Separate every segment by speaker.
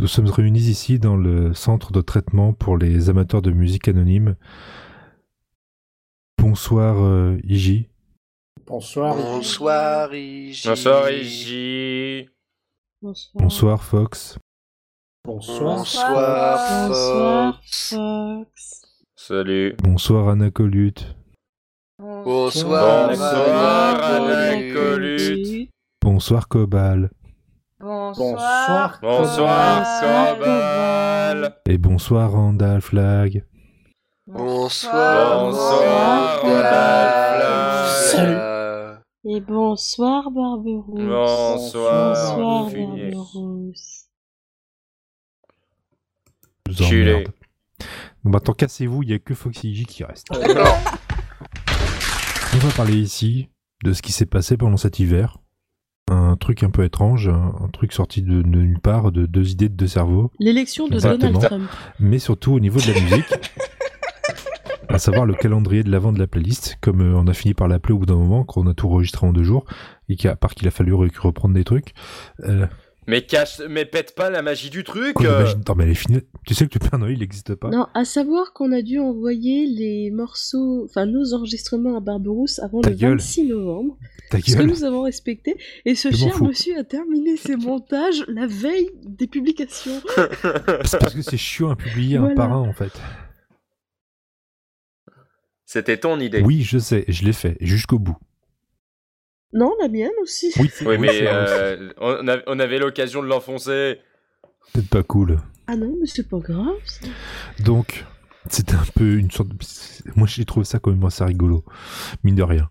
Speaker 1: Nous sommes réunis ici dans le centre de traitement pour les amateurs de musique anonyme. Bonsoir euh, Iji.
Speaker 2: Bonsoir.
Speaker 3: Bonsoir, Iji.
Speaker 4: Bonsoir, Iji.
Speaker 5: Bonsoir.
Speaker 1: Bonsoir Fox.
Speaker 2: Bonsoir.
Speaker 3: Bonsoir,
Speaker 5: Bonsoir,
Speaker 3: Fox.
Speaker 5: Fox.
Speaker 4: Salut.
Speaker 1: Bonsoir Anacolute.
Speaker 3: Bonsoir,
Speaker 4: Bonsoir,
Speaker 3: Anacolute.
Speaker 4: Anacolute.
Speaker 1: Bonsoir Cobal.
Speaker 2: Bonsoir.
Speaker 4: Bonsoir,
Speaker 5: Bonsoir,
Speaker 4: Corbal.
Speaker 1: Et bonsoir Randall Flag.
Speaker 3: Bonsoir,
Speaker 4: Bonsoir,
Speaker 3: Randall Flag.
Speaker 2: Salut.
Speaker 3: Euh,
Speaker 5: Et bonsoir, Barberousse.
Speaker 4: Bonsoir,
Speaker 5: Bonsoir,
Speaker 4: Funier.
Speaker 5: Barberousse.
Speaker 1: Je vous
Speaker 4: Chulé.
Speaker 1: emmerde. Bon, bah, maintenant cassez-vous, il n'y a que Fox et Iji qui restent. On va parler ici de ce qui s'est passé pendant cet hiver. Un truc un peu étrange, un, un truc sorti de, de nulle part, de deux idées de deux cerveaux,
Speaker 5: L'élection de
Speaker 1: Exactement.
Speaker 5: Donald Trump.
Speaker 1: mais surtout au niveau de la musique. à savoir le calendrier de l'avant de la playlist, comme euh, on a fini par l'appeler au bout d'un moment, qu'on a tout enregistré en deux jours, et qu'à part qu'il a fallu re- reprendre des trucs. euh,
Speaker 4: Mais cache, mais pète pas la magie du truc.
Speaker 1: quoi,
Speaker 4: euh.
Speaker 1: imagine- Non mais elle est finie. Tu sais que le Père Noël il n'existe pas.
Speaker 5: Non, à savoir qu'on a dû envoyer les morceaux, enfin nos enregistrements à Barberousse avant
Speaker 1: Ta
Speaker 5: le
Speaker 1: gueule.
Speaker 5: 26 novembre,
Speaker 1: Ta
Speaker 5: ce que
Speaker 1: gueule.
Speaker 5: nous avons respecté, et ce
Speaker 1: Je m'en
Speaker 5: cher
Speaker 1: fous.
Speaker 5: monsieur a terminé ses montages la veille des publications.
Speaker 1: C'est parce que c'est chiant à publier un
Speaker 5: Voilà.
Speaker 1: par un en fait.
Speaker 4: C'était ton idée.
Speaker 1: Oui, je sais, je l'ai fait jusqu'au bout.
Speaker 5: Non, la mienne aussi.
Speaker 1: Oui,
Speaker 4: Oui, mais
Speaker 1: c'est vrai,
Speaker 4: euh, on, a- on avait l'occasion de l'enfoncer.
Speaker 1: c'est peut-être pas cool.
Speaker 5: Ah non, mais c'est pas grave. ça.
Speaker 1: Donc, c'était un peu une sorte de... c'est- Moi, j'ai trouvé ça quand même assez rigolo, mine de rien.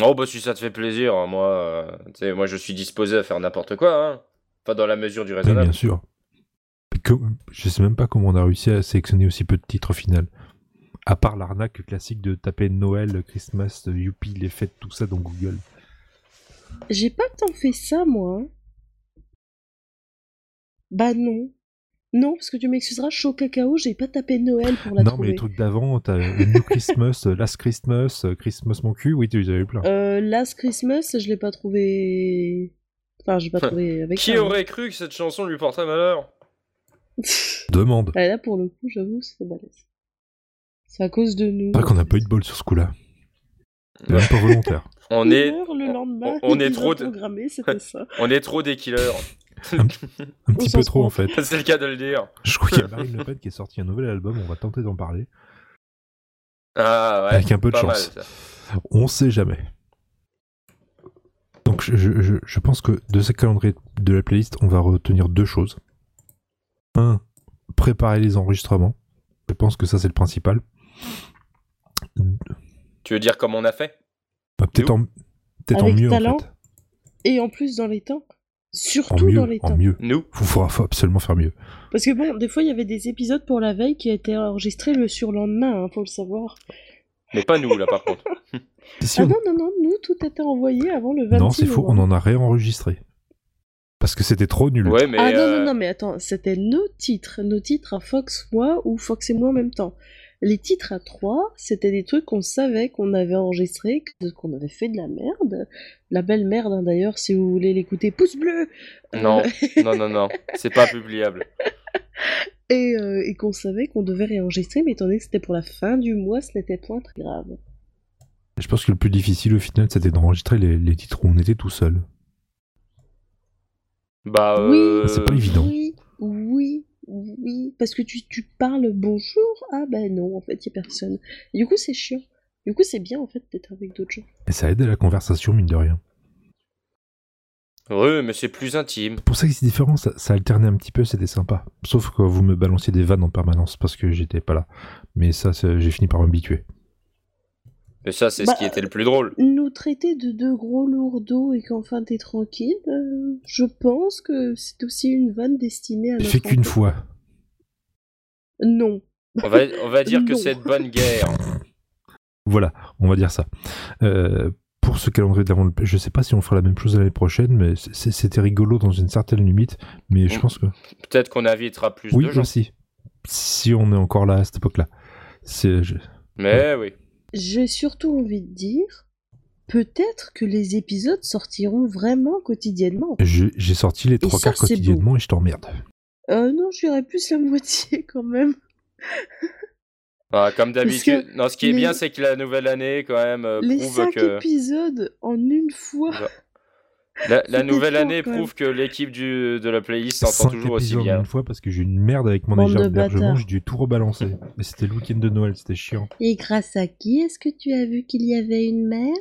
Speaker 4: Oh bah si ça te fait plaisir, hein, moi, euh, tu sais, moi je suis disposé à faire n'importe quoi, hein. Enfin dans la mesure du
Speaker 1: Oui,
Speaker 4: raisonnable.
Speaker 1: bien sûr. Mais comme- Je sais même pas comment on a réussi à sélectionner aussi peu de titres au final. À part l'arnaque classique de taper Noël, Christmas, Youpi, les fêtes, tout ça dans Google.
Speaker 5: J'ai pas tant fait ça, moi. Bah non. Non, parce que tu m'excuseras, chaud cacao, j'ai pas tapé Noël pour la
Speaker 1: non, mais
Speaker 5: trouver.
Speaker 1: les trucs d'avant, t'as euh, New Christmas, euh, Last Christmas, euh, Christmas mon cul, oui, tu les avais plein.
Speaker 5: Euh, Last Christmas, je l'ai pas trouvé... Enfin, j'ai pas trouvé avec
Speaker 4: Qui
Speaker 5: ça,
Speaker 4: aurait cru que cette chanson lui porterait malheur
Speaker 5: hein.
Speaker 1: Demande.
Speaker 5: Ouais, là, pour le coup, j'avoue, c'est balèze. C'est à cause de nous.
Speaker 1: C'est vrai qu'on a pas eu de bol sur ce coup-là. C'est même pas volontaire.
Speaker 4: On
Speaker 5: Une
Speaker 4: est,
Speaker 5: heure le lendemain,
Speaker 4: on- on est
Speaker 5: ils
Speaker 4: trop
Speaker 5: ont
Speaker 4: de-
Speaker 5: programmé, c'était ça.
Speaker 4: on est trop des killers.
Speaker 1: Un petit
Speaker 5: s'en
Speaker 1: peu trop, en fait.
Speaker 4: C'est le cas de le dire.
Speaker 1: Je crois qu'il y a Marine Le Pen qui est sorti un nouvel album, on va tenter d'en parler.
Speaker 4: Ah ouais.
Speaker 1: Avec un peu de
Speaker 4: pas
Speaker 1: chance.
Speaker 4: mal, ça.
Speaker 1: On sait jamais. Donc je, je- je- je pense que de ce calendrier de la playlist, on va retenir deux choses. Un, préparer les enregistrements. Je pense que ça c'est le principal.
Speaker 4: Tu veux dire comme on a fait
Speaker 1: Bah, peut-être en, peut-être en
Speaker 5: Avec
Speaker 1: mieux
Speaker 5: talent,
Speaker 1: en fait.
Speaker 5: Et en plus, dans les temps.
Speaker 1: En
Speaker 5: Surtout dans
Speaker 1: mieux,
Speaker 5: les temps.
Speaker 1: en mieux.
Speaker 4: Nous
Speaker 1: Il faudra faut absolument faire mieux.
Speaker 5: Parce que bon, des fois, il y avait des épisodes pour la veille qui étaient enregistrés le surlendemain, hein, faut le savoir.
Speaker 4: Mais pas nous là par contre.
Speaker 1: Si, si,
Speaker 5: ah
Speaker 1: on-
Speaker 5: non, non, non, nous, tout était envoyé avant le 26
Speaker 1: Non, c'est faux, on
Speaker 5: novembre.
Speaker 1: en a réenregistré. Parce que c'était trop nul.
Speaker 4: Ouais mais.
Speaker 5: Ah non, non,
Speaker 4: euh,
Speaker 5: non, mais attends, c'était nos titres, nos titres à Fox, moi, ou Fox et moi en même temps. Les titres à trois, c'était des trucs qu'on savait qu'on avait enregistrés, que- qu'on avait fait de la merde. La belle merde, hein, d'ailleurs, si vous voulez l'écouter, pouce bleu
Speaker 4: Non,
Speaker 5: euh,
Speaker 4: non, non, non, c'est pas publiable.
Speaker 5: Et, euh, et qu'on savait qu'on devait réenregistrer, mais étant donné que c'était pour la fin du mois, ce n'était point très grave.
Speaker 1: Je pense que le plus difficile au final, c'était d'enregistrer les, les titres où on était tout seul.
Speaker 4: Bah,
Speaker 5: Oui.
Speaker 4: euh...
Speaker 1: Ah, C'est pas évident.
Speaker 5: Oui, oui, oui. Parce que tu, tu parles bonjour. Ah ben non, en fait, il n'y a personne. Et du coup, c'est chiant. Du coup, c'est bien, en fait, d'être avec d'autres gens.
Speaker 1: Et ça aide à la conversation, mine de rien.
Speaker 4: Oui, mais c'est plus intime.
Speaker 1: C'est pour ça que c'est différent, ça, ça alternait un petit peu, c'était sympa. Sauf que vous me balanciez des vannes en permanence parce que j'étais pas là. Mais ça, c'est- j'ai fini par m'habituer.
Speaker 4: Mais ça, c'est
Speaker 5: Bah,
Speaker 4: ce qui était le plus drôle.
Speaker 5: Nous traiter de deux gros lourdeaux et qu'enfin t'es tranquille, euh, je pense que c'est aussi une vanne destinée à
Speaker 1: J'ai
Speaker 5: notre
Speaker 1: fait qu'une
Speaker 5: enfant.
Speaker 1: fois.
Speaker 5: Non.
Speaker 4: On va, on va dire que
Speaker 5: Non.
Speaker 4: c'est de bonne guerre.
Speaker 1: Voilà, on va dire ça. Euh, pour ce calendrier d'avant, je sais pas si on fera la même chose l'année prochaine, mais c'est- c'est- c'était rigolo dans une certaine limite. Mais je
Speaker 4: Mm.
Speaker 1: pense que.
Speaker 4: Peut-être qu'on invitera plus
Speaker 1: Oui,
Speaker 4: de gens.
Speaker 1: aussi. Si on est encore là à cette époque-là. C'est. je-
Speaker 4: Mais oui.
Speaker 5: J'ai surtout envie de dire, peut-être que les épisodes sortiront vraiment quotidiennement.
Speaker 1: Je- J'ai sorti les trois
Speaker 5: ça,
Speaker 1: quarts
Speaker 5: c'est beau.
Speaker 1: quotidiennement et je t'emmerde.
Speaker 5: Euh, non, je dirais plus la moitié quand même.
Speaker 4: Ah, comme
Speaker 5: Parce
Speaker 4: d'habitude. Non, ce qui est
Speaker 5: les-
Speaker 4: bien, c'est que la nouvelle année, quand même, euh,
Speaker 5: les
Speaker 4: prouve
Speaker 5: cinq
Speaker 4: que.
Speaker 5: épisodes en une fois.
Speaker 4: La, la
Speaker 5: c'était
Speaker 4: nouvelle
Speaker 5: chaud,
Speaker 4: année
Speaker 5: quand même.
Speaker 4: prouve que l'équipe du- de la playlist s'entend
Speaker 1: Cinq
Speaker 4: toujours aussi
Speaker 1: épisodes
Speaker 4: bien.
Speaker 1: une fois parce que j'ai eu une merde avec mon
Speaker 5: Bande de
Speaker 1: hébergement,
Speaker 5: bâtards.
Speaker 1: j'ai dû tout rebalancer. Mais c'était le week-end de Noël, c'était chiant.
Speaker 5: Et grâce à qui est-ce que tu as vu qu'il y avait une merde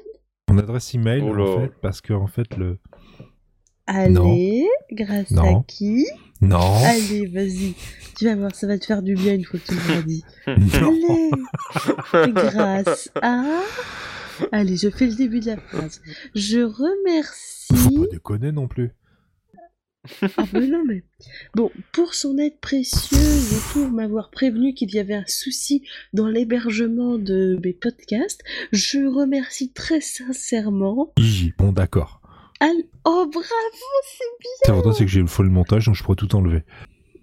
Speaker 1: Mon adresse email,
Speaker 4: Oula.
Speaker 1: en fait, parce que en fait le.
Speaker 5: Allez, grâce
Speaker 1: Non.
Speaker 5: à qui
Speaker 1: Non.
Speaker 5: Allez, vas-y. Tu vas voir, ça va te faire du bien une fois que tu l'auras dit.
Speaker 1: non.
Speaker 5: Allez Grâce à... Allez, je fais le début de la phrase. Je
Speaker 1: Faut
Speaker 5: remercie...
Speaker 1: pas déconner non plus.
Speaker 5: Ah ben non, mais... Bon, pour son aide précieuse et pour m'avoir prévenu qu'il y avait un souci dans l'hébergement de mes podcasts, je remercie très sincèrement...
Speaker 1: IJ. Bon, d'accord.
Speaker 5: Al- Oh, bravo
Speaker 1: L'avantage, c'est que j'ai le faux le montage, donc je pourrais tout enlever.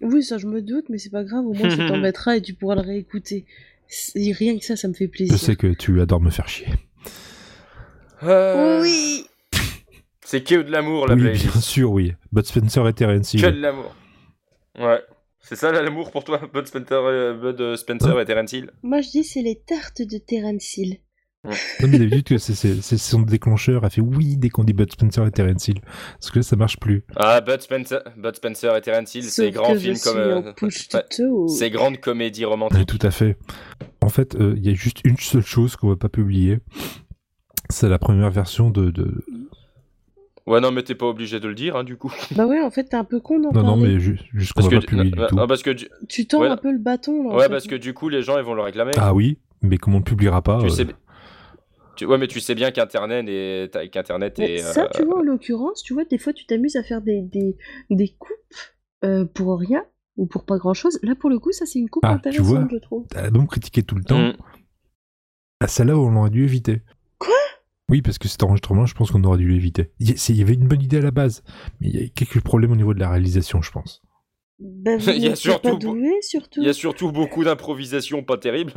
Speaker 5: Oui, ça je me doute, mais c'est pas grave, au moins ça t'embêtera et tu pourras le réécouter. C'est- Rien que ça, ça me fait
Speaker 1: Je
Speaker 5: plaisir.
Speaker 1: sais que tu adores me faire chier.
Speaker 4: Euh,
Speaker 5: Oui
Speaker 4: C'est que de l'amour, la
Speaker 1: oui,
Speaker 4: playlist.
Speaker 1: bien sûr, oui. Bud Spencer et Terence
Speaker 4: Que
Speaker 1: Hill.
Speaker 4: de l'amour. Ouais. C'est ça l'amour pour toi, Bud Spencer, euh, Bud euh,
Speaker 1: Hein
Speaker 4: Spencer et Terence Hill
Speaker 5: Moi je dis c'est les tartes de Terence Hill.
Speaker 1: Non, mais d'habitude, que c'est- c'est c'est son déclencheur. Elle fait oui dès qu'on dit Bud Spencer et Terence Hill. Parce que là, ça marche plus.
Speaker 4: Ah, Bud Spencer, Bud Spencer et Terence Hill, c'est
Speaker 5: Sauf
Speaker 4: grand
Speaker 5: que
Speaker 4: film
Speaker 5: je
Speaker 4: comme.
Speaker 5: suis
Speaker 4: euh,
Speaker 5: en push
Speaker 4: ouais.
Speaker 5: to-
Speaker 4: C'est grande comédie
Speaker 1: Oui,
Speaker 4: romantique.
Speaker 1: tout à fait. En fait, euh, il y a juste une seule chose qu'on va pas publier. C'est la première version de. de-
Speaker 4: Ouais, non, mais t'es pas obligé de le dire, hein, du coup.
Speaker 5: Bah ouais, en fait t'es un peu con d'en
Speaker 1: Non, non,
Speaker 5: parler.
Speaker 1: mais ju- juste qu'on
Speaker 4: Parce
Speaker 1: va
Speaker 4: que,
Speaker 1: pas
Speaker 4: du...
Speaker 1: publier du
Speaker 4: non,
Speaker 1: tout.
Speaker 4: non, parce que du...
Speaker 5: Tu tends
Speaker 4: Ouais.
Speaker 5: un peu le bâton là. en
Speaker 4: Ouais,
Speaker 5: fait.
Speaker 4: parce que du coup, les gens, ils vont le réclamer.
Speaker 1: Ah oui, mais comme on le publiera pas.
Speaker 4: tu
Speaker 1: euh,
Speaker 4: sais. tu- Ouais, mais tu sais bien qu'Internet est. t'as- qu'Internet
Speaker 5: Mais
Speaker 4: est.
Speaker 5: ça,
Speaker 4: euh,
Speaker 5: tu vois, en l'occurrence, tu vois, des fois tu t'amuses à faire des, des, des coupes euh, pour rien ou pour pas grand chose. Là pour le coup, ça c'est une coupe
Speaker 1: Ah, tu vois.
Speaker 5: intéressante, je trouve.
Speaker 1: Elle a donc critiqué tout le temps.
Speaker 4: hmm.
Speaker 1: Ah, celle-là, on l'aurait dû éviter.
Speaker 5: Quoi
Speaker 1: Oui, parce que cet enregistrement, je pense qu'on aurait dû l'éviter. Il y, c'est- il y avait une bonne idée à la base, mais il y a eu quelques problèmes au niveau de la réalisation, je pense.
Speaker 5: Bah, vous
Speaker 4: Il y a
Speaker 5: n'êtes
Speaker 4: surtout
Speaker 5: pas
Speaker 4: beau-
Speaker 5: doué, surtout.
Speaker 4: Il y a surtout beaucoup d'improvisation pas terrible.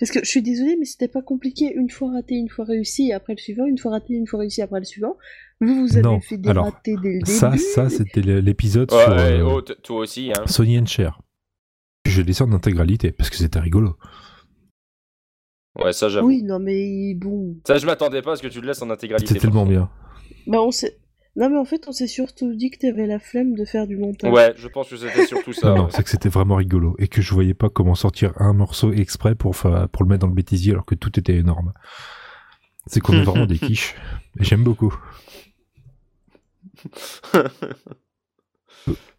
Speaker 5: Parce que je suis désolée, mais c'était pas compliqué. Une fois raté, une fois réussi, après le suivant, une fois raté, une fois réussi, après le suivant. Vous, vous avez
Speaker 1: Non,
Speaker 5: fait des
Speaker 1: alors,
Speaker 5: ratés dès le début.
Speaker 1: Ça, ça, c'était le- l'épisode
Speaker 4: Ouais,
Speaker 1: sur
Speaker 4: ouais,
Speaker 1: euh,
Speaker 4: oh, t- toi aussi, hein.
Speaker 1: Sony and Cher. Je l'ai sorti en intégralité, parce que c'était rigolo.
Speaker 4: Ouais, ça, j'avoue.
Speaker 5: Oui, non, mais bon.
Speaker 4: Ça, je m'attendais pas à ce que tu le laisses en intégralité.
Speaker 1: C'était tellement bien.
Speaker 5: Bah, on s'est. Non, mais en fait, on s'est surtout dit que t'avais la flemme de faire du montage.
Speaker 4: Ouais, je pense que c'était surtout ça.
Speaker 1: Non,
Speaker 4: ouais.
Speaker 1: non, c'est que c'était vraiment rigolo et que je voyais pas comment sortir un morceau exprès pour, fa- pour le mettre dans le bêtisier alors que tout était énorme. C'est qu'on est vraiment des quiches. Et j'aime beaucoup.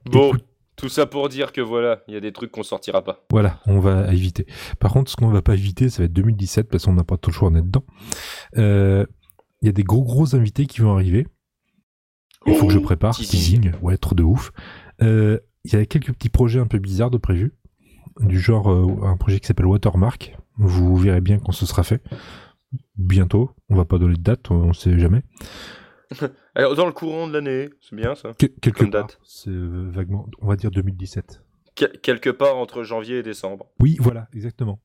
Speaker 4: Bon,
Speaker 1: Écoute,
Speaker 4: tout ça pour dire que voilà, il y a des trucs qu'on sortira pas.
Speaker 1: voilà, on va éviter. Par contre, ce qu'on va pas éviter, ça va être 2017 parce qu'on n'a pas tout le choix, on est dedans. Euh, Il y a des gros gros invités qui vont arriver. Il faut que je prépare.
Speaker 4: Teasing.
Speaker 1: Teasing, ouais, trop de ouf. Euh, Il y a quelques petits projets un peu bizarres de prévus. Du genre euh, un projet qui s'appelle Watermark. Vous verrez bien quand ce sera fait. Bientôt. On va pas donner de date, on sait jamais.
Speaker 4: Alors, dans le courant de l'année, c'est bien ça.
Speaker 1: Que- quelque
Speaker 4: Comme
Speaker 1: part,
Speaker 4: date.
Speaker 1: c'est euh, vaguement, on va dire 2017.
Speaker 4: Quel- quelque part entre janvier et décembre.
Speaker 1: Oui, voilà, exactement.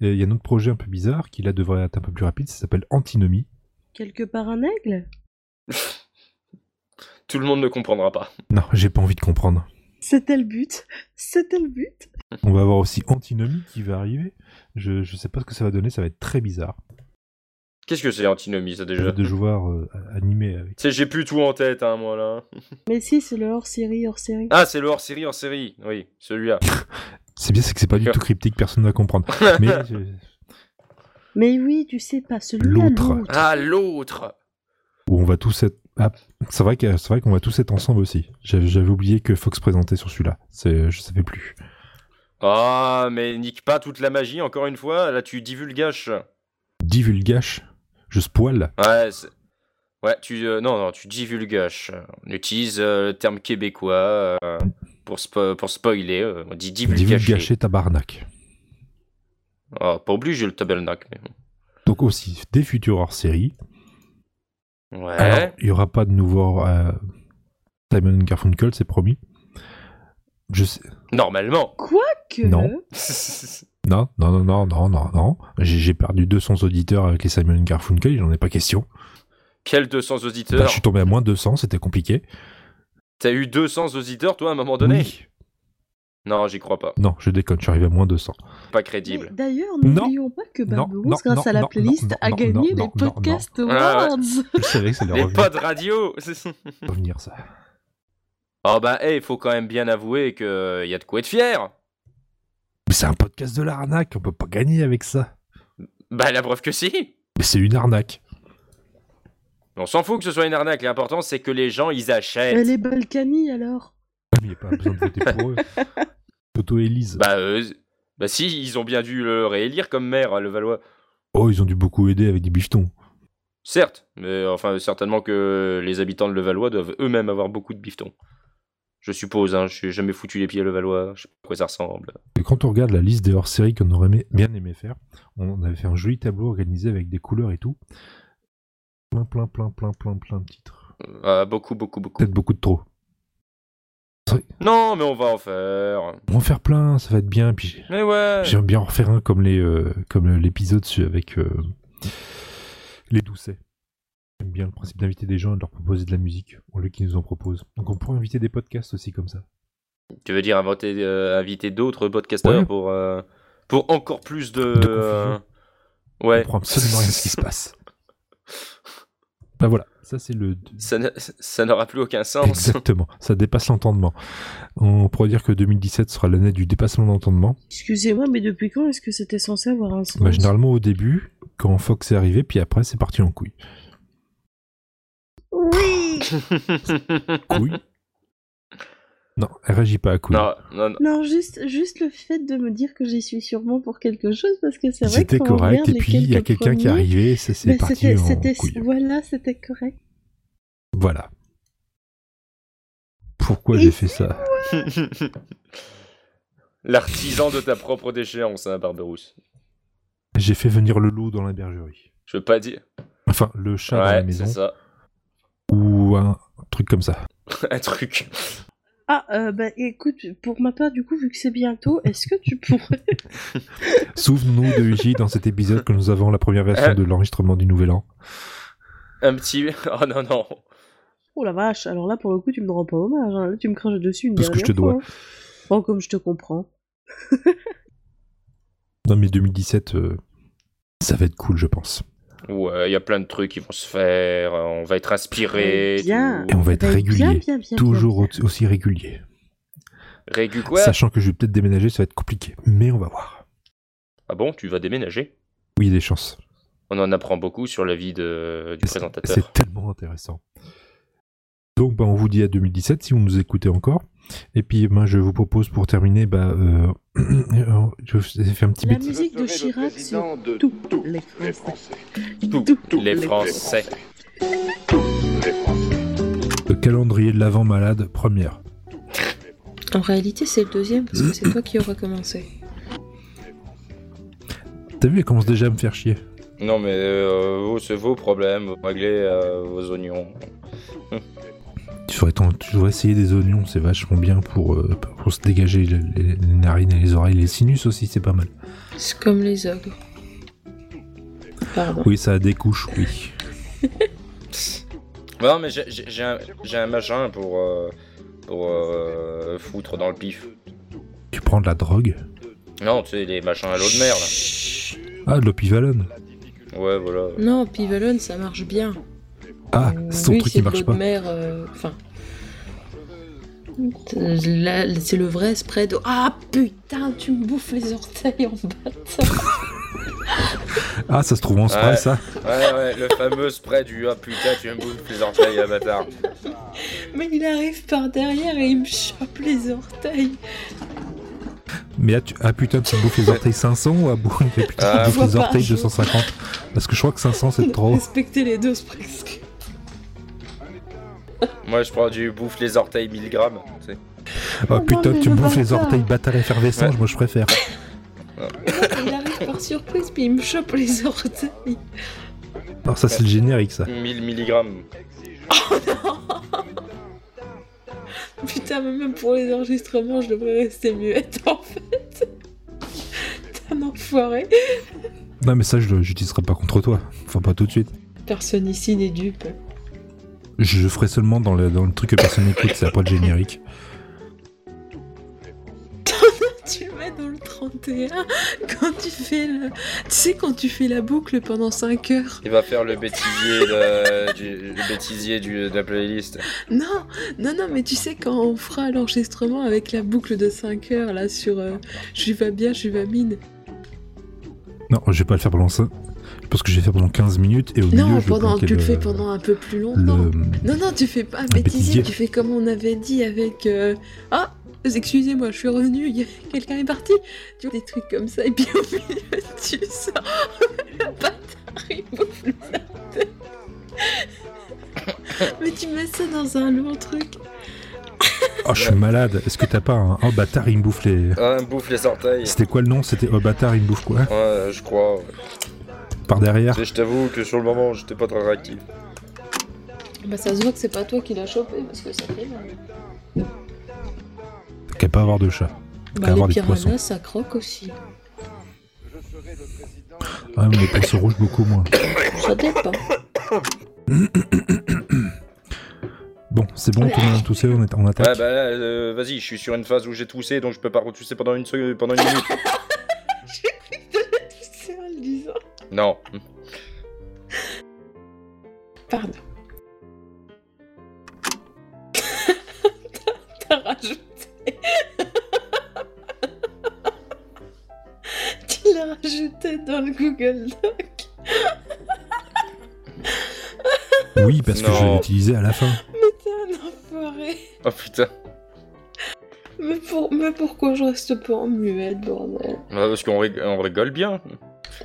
Speaker 1: Et Il y a un autre projet un peu bizarre qui là devrait être un peu plus rapide, ça s'appelle Antinomie.
Speaker 5: Quelque part un aigle
Speaker 4: Tout le monde ne comprendra pas.
Speaker 1: Non, j'ai pas envie de comprendre.
Speaker 5: C'était le but. C'était le but.
Speaker 1: On va avoir aussi Antinomie qui va arriver. Je, je sais pas ce que ça va donner, ça va être très bizarre.
Speaker 4: Qu'est-ce que c'est antinomie, ça déjà
Speaker 1: Jeu de joueurs euh, animés avec.
Speaker 4: Tu sais, j'ai plus tout en tête, hein, moi là.
Speaker 5: Mais si, c'est le hors série, hors série.
Speaker 4: Ah, c'est le hors série, hors série. Oui, celui-là.
Speaker 1: C'est bien, c'est que c'est pas du
Speaker 4: D'accord.
Speaker 1: tout cryptique, personne ne va comprendre. Mais euh, je-
Speaker 5: Mais oui, tu sais pas, celui-là,
Speaker 1: L'autre.
Speaker 5: l'autre.
Speaker 4: Ah, l'autre
Speaker 1: où on va tous être. Ah, c'est vrai que c'est vrai qu'on va tous être ensemble aussi. J'avais j'avais oublié que Fox présentait sur celui-là. C'est, je savais plus.
Speaker 4: Ah, mais nique pas toute la magie, encore une fois. Là, tu divulgaches.
Speaker 1: Divulgache, je spoil.
Speaker 4: Ouais, c'est- ouais tu, euh, non, non, tu divulgaches. On utilise euh, le terme québécois euh, pour, spo- pour spoiler. euh, on dit divulgacher.
Speaker 1: Divulgacher tabarnak.
Speaker 4: Ah, pas obligé le tabelnac. Mais... bon.
Speaker 1: Donc aussi des futurs hors série.
Speaker 4: Ah Ouais.
Speaker 1: Alors, il n'y aura pas de nouveau euh, Simon Garfunkel, c'est promis. Je sais-
Speaker 4: Normalement.
Speaker 5: Quoi que.
Speaker 1: Non. Non, non, non, non, non, non, non. J'ai j'ai perdu 200 auditeurs avec les Simon Garfunkel, j'en ai pas question.
Speaker 4: Quel 200 auditeurs
Speaker 1: Bah, je suis tombé à moins 200, c'était compliqué.
Speaker 4: T'as eu 200 auditeurs, toi, à un moment donné
Speaker 1: Oui.
Speaker 4: Non, j'y crois pas.
Speaker 1: Non, je déconne, je suis arrivé à moins 200.
Speaker 4: Pas
Speaker 5: Mais
Speaker 4: crédible.
Speaker 5: D'ailleurs,
Speaker 1: Non.
Speaker 5: n'oublions pas que
Speaker 1: Non,
Speaker 5: Babylon,
Speaker 1: non,
Speaker 5: grâce
Speaker 1: non,
Speaker 5: à la
Speaker 1: non,
Speaker 5: playlist,
Speaker 1: non,
Speaker 5: a
Speaker 1: non,
Speaker 5: gagné
Speaker 1: non,
Speaker 5: les
Speaker 1: non, non,
Speaker 5: Podcast
Speaker 4: Ah ouais.
Speaker 5: Awards.
Speaker 1: Je savais que ça allait
Speaker 4: Les
Speaker 1: revenir,
Speaker 4: pods radio
Speaker 1: revenir, ça.
Speaker 4: Oh bah, il faut quand même bien avouer qu'il y a de quoi être fier
Speaker 1: Mais c'est un podcast de l'arnaque, on peut pas gagner avec ça.
Speaker 4: Bah, la preuve que si
Speaker 1: Mais c'est une arnaque.
Speaker 4: On s'en fout que ce soit une arnaque, l'important c'est que les gens ils achètent.
Speaker 5: Elle est Balkany alors.
Speaker 1: Il n'y a pas besoin de voter pour eux. Toto et Lise.
Speaker 4: Bah, euh, bah si, ils ont bien dû le réélire comme maire, le Valois.
Speaker 1: Oh, ils ont dû beaucoup aider avec des bifetons.
Speaker 4: Certes, mais enfin certainement que les habitants de Levallois doivent eux-mêmes avoir beaucoup de bifetons. Je suppose, hein, je n'ai jamais foutu les pieds à Levallois, je sais pas à quoi ça ressemble.
Speaker 1: Et quand on regarde la liste des hors-séries qu'on aurait aimé- bien aimé faire, on avait fait un joli tableau organisé avec des couleurs et tout. Plein, plein, plein, plein, plein, plein de titres.
Speaker 4: Ah, beaucoup, beaucoup, beaucoup.
Speaker 1: Peut-être beaucoup de trop.
Speaker 4: Non, mais on va en faire.
Speaker 1: On va en faire plein, ça va être bien. Puis j'ai-
Speaker 4: Mais ouais.
Speaker 1: j'aime bien en refaire un comme les, euh, comme l'épisode su- avec euh, les Doucets. J'aime bien le principe d'inviter des gens et de leur proposer de la musique, au lieu qu'ils nous en proposent. Donc on pourrait inviter des podcasts aussi comme ça.
Speaker 4: Tu veux dire inventer, euh, inviter d'autres podcasteurs
Speaker 1: Ouais.
Speaker 4: pour, euh, pour encore plus de.
Speaker 1: De confusion.
Speaker 4: euh,
Speaker 1: On
Speaker 4: ouais.
Speaker 1: comprend absolument rien de ce qui se passe. Bah voilà, ça c'est le.
Speaker 4: Ça ne- ça n'aura plus aucun sens.
Speaker 1: Exactement, ça dépasse l'entendement. On pourrait dire que 2017 sera l'année du dépassement d'entendement.
Speaker 5: Excusez-moi, mais depuis quand est-ce que c'était censé avoir un sens
Speaker 1: Bah, généralement au début, quand Fox est arrivé, puis après c'est parti en couille.
Speaker 5: Oui
Speaker 1: Couille Non, elle réagit pas à couille.
Speaker 4: non, non, non.
Speaker 5: Non, juste, juste le fait de me dire que j'y suis sûrement pour quelque chose, parce que c'est vrai que.
Speaker 1: C'était correct, et puis il y a quelqu'un qui est arrivé, c'est c'est parti
Speaker 5: ben, c'était,
Speaker 1: en
Speaker 5: c'était-
Speaker 1: couille.
Speaker 5: Voilà, c'était correct.
Speaker 1: Voilà. Pourquoi
Speaker 5: Et
Speaker 1: j'ai fait ça
Speaker 4: L'artisan de ta propre déchéance, hein, Barberousse.
Speaker 1: J'ai fait venir le loup dans la bergerie.
Speaker 4: Je veux pas dire.
Speaker 1: Enfin, le chat Ah, dans la
Speaker 4: Ouais, c'est
Speaker 1: maison,
Speaker 4: ça.
Speaker 1: ou un truc comme ça.
Speaker 4: Un truc.
Speaker 5: Ah, euh, bah écoute, pour ma part, du coup, vu que c'est bientôt, est-ce que tu pourrais.
Speaker 1: Souvenons-nous de UJ dans cet épisode que nous avons la première version
Speaker 4: Euh.
Speaker 1: de l'enregistrement du Nouvel An.
Speaker 4: Un petit. Oh non, non.
Speaker 5: Oh la vache, alors là, pour le coup, tu me rends pas hommage. hein. Là, tu me craches dessus une
Speaker 1: Parce que
Speaker 5: dernière
Speaker 1: je te
Speaker 5: fois.
Speaker 1: dois.
Speaker 5: hein. Oh, comme je te comprends.
Speaker 1: Non mais 2017, euh, ça va être cool je pense.
Speaker 4: Ouais, il y a plein de trucs qui vont se faire. On va être inspiré.
Speaker 5: Bien.
Speaker 1: Et on va être
Speaker 5: Bah,
Speaker 1: régulier.
Speaker 5: Bien, bien, bien,
Speaker 1: Toujours
Speaker 5: bien,
Speaker 1: au- aussi régulier.
Speaker 4: Régu quoi
Speaker 1: Sachant que je vais peut-être déménager, ça va être compliqué. Mais on va voir.
Speaker 4: Ah bon, tu vas déménager
Speaker 1: Oui, il y a des chances.
Speaker 4: On en apprend beaucoup sur la vie de... du
Speaker 1: C'est-
Speaker 4: présentateur.
Speaker 1: C'est tellement intéressant. Donc bah, on vous dit à 2017 si vous nous écoutez encore. Et puis ben, je vous propose pour terminer, bah, euh, je vous ai fait un petit
Speaker 5: La
Speaker 1: bêtis-
Speaker 5: musique de Chirac sur tous les Français.
Speaker 4: Tous
Speaker 5: Tous
Speaker 4: les Français.
Speaker 1: le calendrier de l'avant malade première.
Speaker 6: En réalité, c'est le deuxième parce que c'est toi qui auras commencé.
Speaker 1: T'as vu, elle commence déjà à me faire chier.
Speaker 4: Non, mais euh, vous, c'est vos problèmes. Vous réglez euh, vos oignons.
Speaker 1: Tu devrais, t'en- tu devrais essayer des oignons, c'est vachement bien pour, euh, pour se dégager le- les, les narines et les oreilles. Les sinus aussi, c'est pas mal.
Speaker 6: C'est comme les ogres. Pardon.
Speaker 1: Oui, ça a des couches, oui.
Speaker 4: Non, mais j'ai- j'ai j'ai un, j'ai un machin pour. euh, pour euh, foutre dans le pif.
Speaker 1: Tu prends de la drogue
Speaker 4: Non, tu sais, les machins à l'eau de mer, là.
Speaker 6: Chut.
Speaker 1: Ah, de l'opivalone
Speaker 4: Ouais, voilà.
Speaker 6: Non, Pivalone, ça marche bien.
Speaker 1: Ah,
Speaker 6: Euh,
Speaker 1: c'est ton
Speaker 6: oui,
Speaker 1: truc qui
Speaker 6: de
Speaker 1: marche
Speaker 6: l'eau
Speaker 1: pas.
Speaker 6: de mer, euh, Enfin. Là, c'est le vrai spread. Ah putain, tu me bouffes les orteils en bas.
Speaker 1: Ah, ça se trouve en spray,
Speaker 4: Ouais.
Speaker 1: ça
Speaker 4: Ouais, ouais, le fameux spray du Ah putain, tu me bouffes les orteils, ah, bâtard.
Speaker 6: Mais il arrive par derrière et il me chope les orteils.
Speaker 1: Mais ah, tu- ah, putain, tu me bouffes les orteils 500 ou ah, bon, mais putain,
Speaker 4: Ah,
Speaker 1: tu me bouffes les
Speaker 6: Fois par
Speaker 1: orteils
Speaker 6: jour.
Speaker 1: 250 Parce que je crois que 500 c'est trop.
Speaker 6: Respectez les doses presque.
Speaker 4: Moi, je prends du bouffe les orteils 1000 grammes. tu sais.
Speaker 1: Ah
Speaker 5: non,
Speaker 1: putain,
Speaker 5: mais
Speaker 1: tu me
Speaker 5: le
Speaker 1: bouffes les
Speaker 5: bâtard.
Speaker 1: orteils bâtard effervescent, moi je préfère.
Speaker 6: Il arrive par surprise, puis il me chope les orteils.
Speaker 1: Non, ça c'est le générique, ça.
Speaker 4: 1000 milligrammes.
Speaker 6: Putain, mais même pour les enregistrements, je devrais rester muette en fait. Putain, enfoiré.
Speaker 1: Non, mais ça, je l'utiliserai pas contre toi. Enfin, pas tout de suite.
Speaker 6: Personne ici n'est dupe.
Speaker 1: Je ferai seulement dans le, dans le truc que personne n'écoute, c'est après le générique.
Speaker 6: Tu vas dans le 31 quand tu fais le... Tu sais, quand tu fais la boucle pendant 5 heures.
Speaker 4: Il va faire le bêtisier de, du, le bêtisier du- de la playlist.
Speaker 6: Non, non, non, mais tu sais, quand on fera l'enregistrement avec la boucle de 5 heures, là, sur euh, Je vais bien, je vais mine.
Speaker 1: Non, je vais pas le faire pendant ça. Je pense que je vais le faire pendant 15 minutes et au milieu, je
Speaker 6: Non,
Speaker 1: vais
Speaker 6: pendant,
Speaker 1: planquer
Speaker 6: tu le fais pendant un peu plus
Speaker 1: le-
Speaker 6: longtemps. Non, non, tu fais pas un
Speaker 1: bêtisier.
Speaker 6: bêtisier, tu fais comme on avait dit avec... euh, Ah, excusez-moi, je suis revenu, quelqu'un est parti. Tu vois, des trucs comme ça, et puis au milieu, tu sors. Le bâtard, il bouffe le sartène. Mais tu mets ça dans un long truc.
Speaker 1: Oh, je suis malade. Est-ce que t'as pas un. Oh, bâtard, il me bouffe les.
Speaker 4: Ah, il me bouffe les orteils.
Speaker 1: C'était quoi le nom C'était Oh, bâtard, il me bouffe quoi
Speaker 4: Ouais, je crois.
Speaker 1: Par derrière
Speaker 4: Mais je t'avoue que sur le moment, j'étais pas très réactif.
Speaker 6: Bah ça se voit que c'est pas toi qui l'as chopé, parce que ça fait mal.
Speaker 1: Qu'à pas avoir de chat. Qu'à
Speaker 6: Bah
Speaker 1: avoir
Speaker 6: les
Speaker 1: des
Speaker 6: piranhas,
Speaker 1: poissons.
Speaker 6: ça croque aussi.
Speaker 1: Ouais, mais les poissons rouges, beaucoup moins.
Speaker 6: Ça dépend.
Speaker 1: Bon, c'est bon, tout le monde a toussé, on, est, on attaque.
Speaker 4: Ouais, bah là, euh, vas-y, je suis sur une phase où j'ai toussé, donc je peux pas retousser pendant une seconde, pendant une minute.
Speaker 6: C'est en le disant.
Speaker 4: Non.
Speaker 6: Pardon. T'as rajouté. tu l'as rajouté dans le Google Doc.
Speaker 1: Oui, parce que je
Speaker 4: bah, Non.
Speaker 1: l'ai utilisé à la fin.
Speaker 6: Mais t'es un enfoiré.
Speaker 4: Oh putain.
Speaker 6: Mais, pour... Mais pourquoi je reste pas en muette, bordel
Speaker 4: Bah, parce qu'on rig- on rigole bien.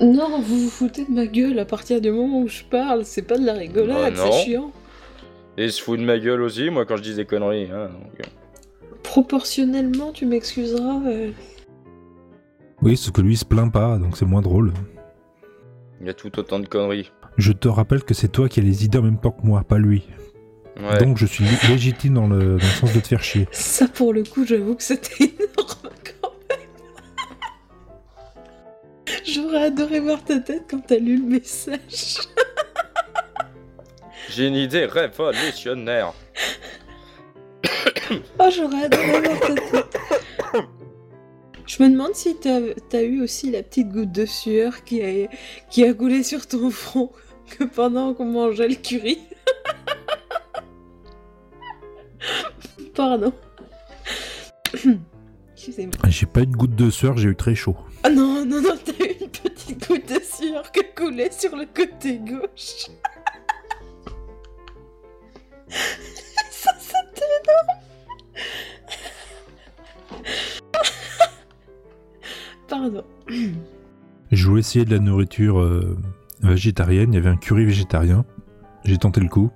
Speaker 6: Non, vous vous foutez de ma gueule à partir du moment où je parle. C'est pas de la rigolade,
Speaker 4: Bah non.
Speaker 6: c'est chiant.
Speaker 4: Et il se fout de ma gueule aussi, moi, quand je dis des conneries. hein, donc, euh.
Speaker 6: Proportionnellement, tu m'excuseras. euh,
Speaker 1: Oui, sauf que lui, il se plaint pas, donc c'est moins drôle.
Speaker 4: Il y a tout autant de conneries.
Speaker 1: Je te rappelle que c'est toi qui as les idées en même temps que moi, pas lui.
Speaker 4: Ouais.
Speaker 1: Donc je suis lég- légitime dans le, dans le sens de te faire chier.
Speaker 6: Ça, pour le coup, j'avoue que c'était énorme quand même. J'aurais adoré voir ta tête quand t'as lu le message.
Speaker 4: J'ai une idée révolutionnaire.
Speaker 6: Oh, j'aurais adoré voir ta tête. Je me demande si t'as t'as eu aussi la petite goutte de sueur qui a, qui a coulé sur ton front que pendant qu'on mangeait le curry. Pardon. Excusez-moi.
Speaker 1: J'ai pas eu de goutte de sueur, j'ai eu très chaud.
Speaker 6: Ah non, non, non, t'as eu une petite goutte de sueur qui coulait sur le côté gauche. Ça, c'était énorme. Pardon.
Speaker 1: Je voulais essayer de la nourriture euh, végétarienne, il y avait un curry végétarien. J'ai tenté le coup.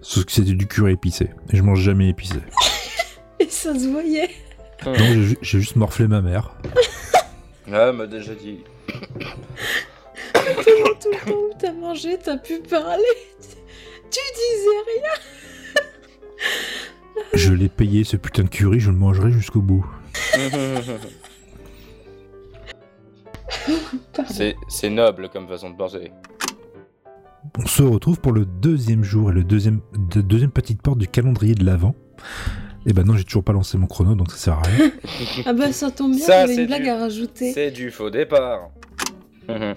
Speaker 1: Sauf que c'était du curry épicé. Et je mange jamais épicé.
Speaker 6: Et ça se voyait.
Speaker 1: Donc j'ai ju- j'ai juste morflé ma mère.
Speaker 4: Ah, m'a déjà dit.
Speaker 6: Pendant tout le temps où t'as mangé, t'as pu parler. Tu disais rien.
Speaker 1: Je l'ai payé ce putain de curry, je le mangerai jusqu'au bout.
Speaker 6: Pardon.
Speaker 4: c'est c'est noble comme façon de penser.
Speaker 1: On se retrouve pour le deuxième jour et le deuxième, de- deuxième petite porte du calendrier de l'Avent. Et ben non, j'ai toujours pas lancé mon chrono, donc ça sert à rien.
Speaker 6: Ah bah ça tombe bien,
Speaker 4: Ça,
Speaker 6: j'avais
Speaker 4: c'est
Speaker 6: une blague
Speaker 4: du-
Speaker 6: à rajouter.
Speaker 4: C'est du faux départ. Mhm.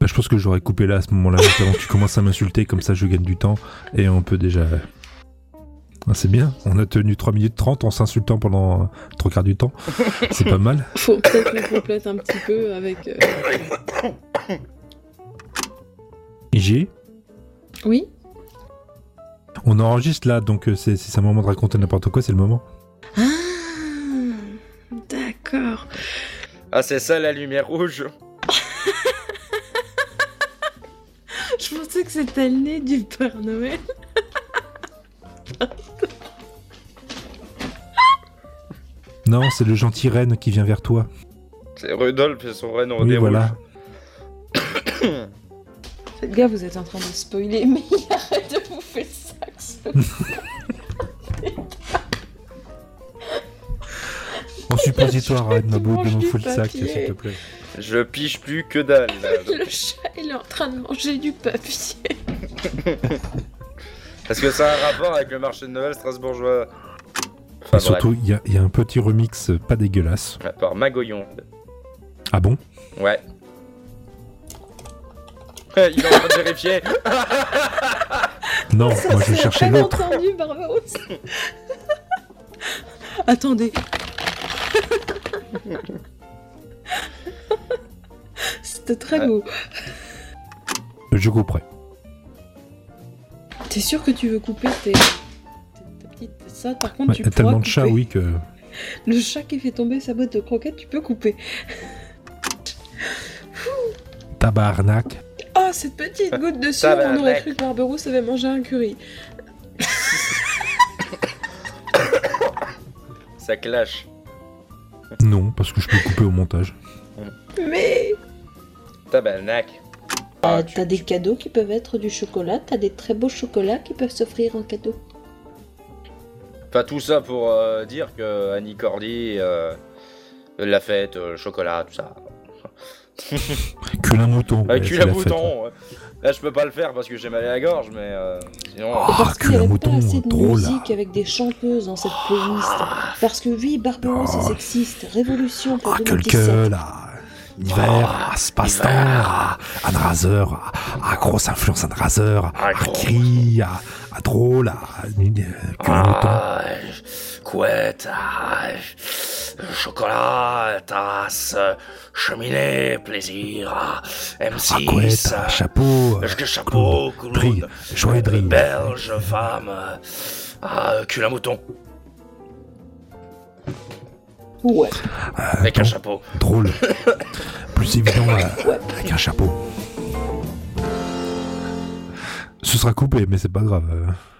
Speaker 1: Bah, je pense que j'aurais coupé là à ce moment-là, juste avant que tu commences à m'insulter, comme ça je gagne du temps et on peut déjà. euh, Ah, C'est bien, on a tenu 3 minutes 30 en s'insultant pendant euh, trois quarts du temps. C'est pas mal.
Speaker 6: Faut peut-être qu'on complète un petit peu avec... euh,
Speaker 1: J'ai.
Speaker 6: Oui
Speaker 1: On enregistre là, donc euh, c'est c'est un moment de raconter n'importe quoi, c'est le moment.
Speaker 6: Ah D'accord.
Speaker 4: Ah, c'est ça la lumière rouge
Speaker 6: Je pensais que c'était le nez du Père Noël.
Speaker 1: Non, c'est le gentil reine qui vient vers toi.
Speaker 4: C'est Rudolf et son reine en
Speaker 1: oui,
Speaker 4: des
Speaker 1: voilà.
Speaker 6: Faites gars, vous êtes en train de spoiler, mais il arrête de vous faire le saxo.
Speaker 1: On, sup- suppositoire à Ednabout de
Speaker 6: mange
Speaker 1: mon
Speaker 6: du
Speaker 1: full sac,
Speaker 6: papier.
Speaker 1: s'il te plaît.
Speaker 4: Je pige plus que dalle. là.
Speaker 6: Le chat, il est en train de manger du papier.
Speaker 4: Parce que ça a un rapport avec le marché de Noël strasbourgeois. Enfin,
Speaker 1: Et surtout, il y, a- il y a un petit remix pas dégueulasse.
Speaker 4: bref, Par Magoyonde.
Speaker 1: Ah bon
Speaker 4: Ouais. Eh, Il est en train de vérifier.
Speaker 1: Non, moi je
Speaker 6: C'est
Speaker 1: cherchais
Speaker 6: pas
Speaker 1: l'autre.
Speaker 6: entendu, Barbaros. Attendez. C'était très
Speaker 4: Ouais.
Speaker 6: beau.
Speaker 1: Je couperai.
Speaker 6: T'es sûr que tu veux couper tes... tes- ta petite- Ça, par contre,
Speaker 1: Ouais,
Speaker 6: tu
Speaker 1: y a
Speaker 6: peux
Speaker 1: tellement de chats, oui, que.
Speaker 6: Le chat qui fait tomber sa boîte de croquettes, tu peux couper.
Speaker 1: Tabarnak.
Speaker 6: Ah, cette petite goutte de
Speaker 4: Ça va,
Speaker 6: sueur, on aurait
Speaker 4: mec.
Speaker 6: cru que Barberousse avait mangé un curry.
Speaker 4: Ça clash.
Speaker 1: Non, parce que je peux couper au montage.
Speaker 6: Mais
Speaker 4: Tabarnak. Ah,
Speaker 6: Ah,
Speaker 5: Euh, t'as des cadeaux qui peuvent être du chocolat, t'as des très beaux chocolats qui peuvent s'offrir en cadeau.
Speaker 4: Enfin, tout ça pour euh, dire que Annie Cordy, euh, la fête, euh, le chocolat, tout ça.
Speaker 1: Cul un mouton.
Speaker 4: Ah,
Speaker 1: ouais,
Speaker 4: cul
Speaker 1: c'est
Speaker 4: à
Speaker 1: la
Speaker 4: bouton ouais. Là, je peux pas le faire parce que j'ai mal à la gorge, mais euh, sinon.
Speaker 6: Oh,
Speaker 1: Ah,
Speaker 5: parce qu'il
Speaker 1: cul
Speaker 5: n'y
Speaker 1: à
Speaker 5: avait
Speaker 1: mouton,
Speaker 5: pas assez de
Speaker 1: drôle.
Speaker 5: musique avec des chanteuses dans cette playlist.
Speaker 4: Oh,
Speaker 5: Parce que oui, Barbaros
Speaker 1: Oh.
Speaker 5: est sexiste. Révolution pour
Speaker 1: Ah, quel
Speaker 5: 2017.
Speaker 1: que là Hiver, ah, à Space-Temps, à Andraser, à ah, grosse influence Andraser, à
Speaker 4: Ah, grosse.
Speaker 1: Cri, à à Drôle, à euh, Cul à mouton.
Speaker 4: Ah, couette, ah, chocolat, tasse, cheminée, plaisir, ah,
Speaker 1: À couette,
Speaker 4: M6,
Speaker 1: à
Speaker 4: ah,
Speaker 1: chapeau,
Speaker 4: euh, chapeau,
Speaker 1: Claude, Dri,
Speaker 4: Claude,
Speaker 1: joyeux
Speaker 4: euh,
Speaker 1: Dri.
Speaker 4: berge, femme, euh, ah, cul à mouton,
Speaker 5: Ouais.
Speaker 1: Euh,
Speaker 4: avec un
Speaker 1: donc,
Speaker 4: chapeau.
Speaker 1: drôle. Plus évident euh, avec un chapeau. Ce sera coupé, mais c'est pas grave. euh.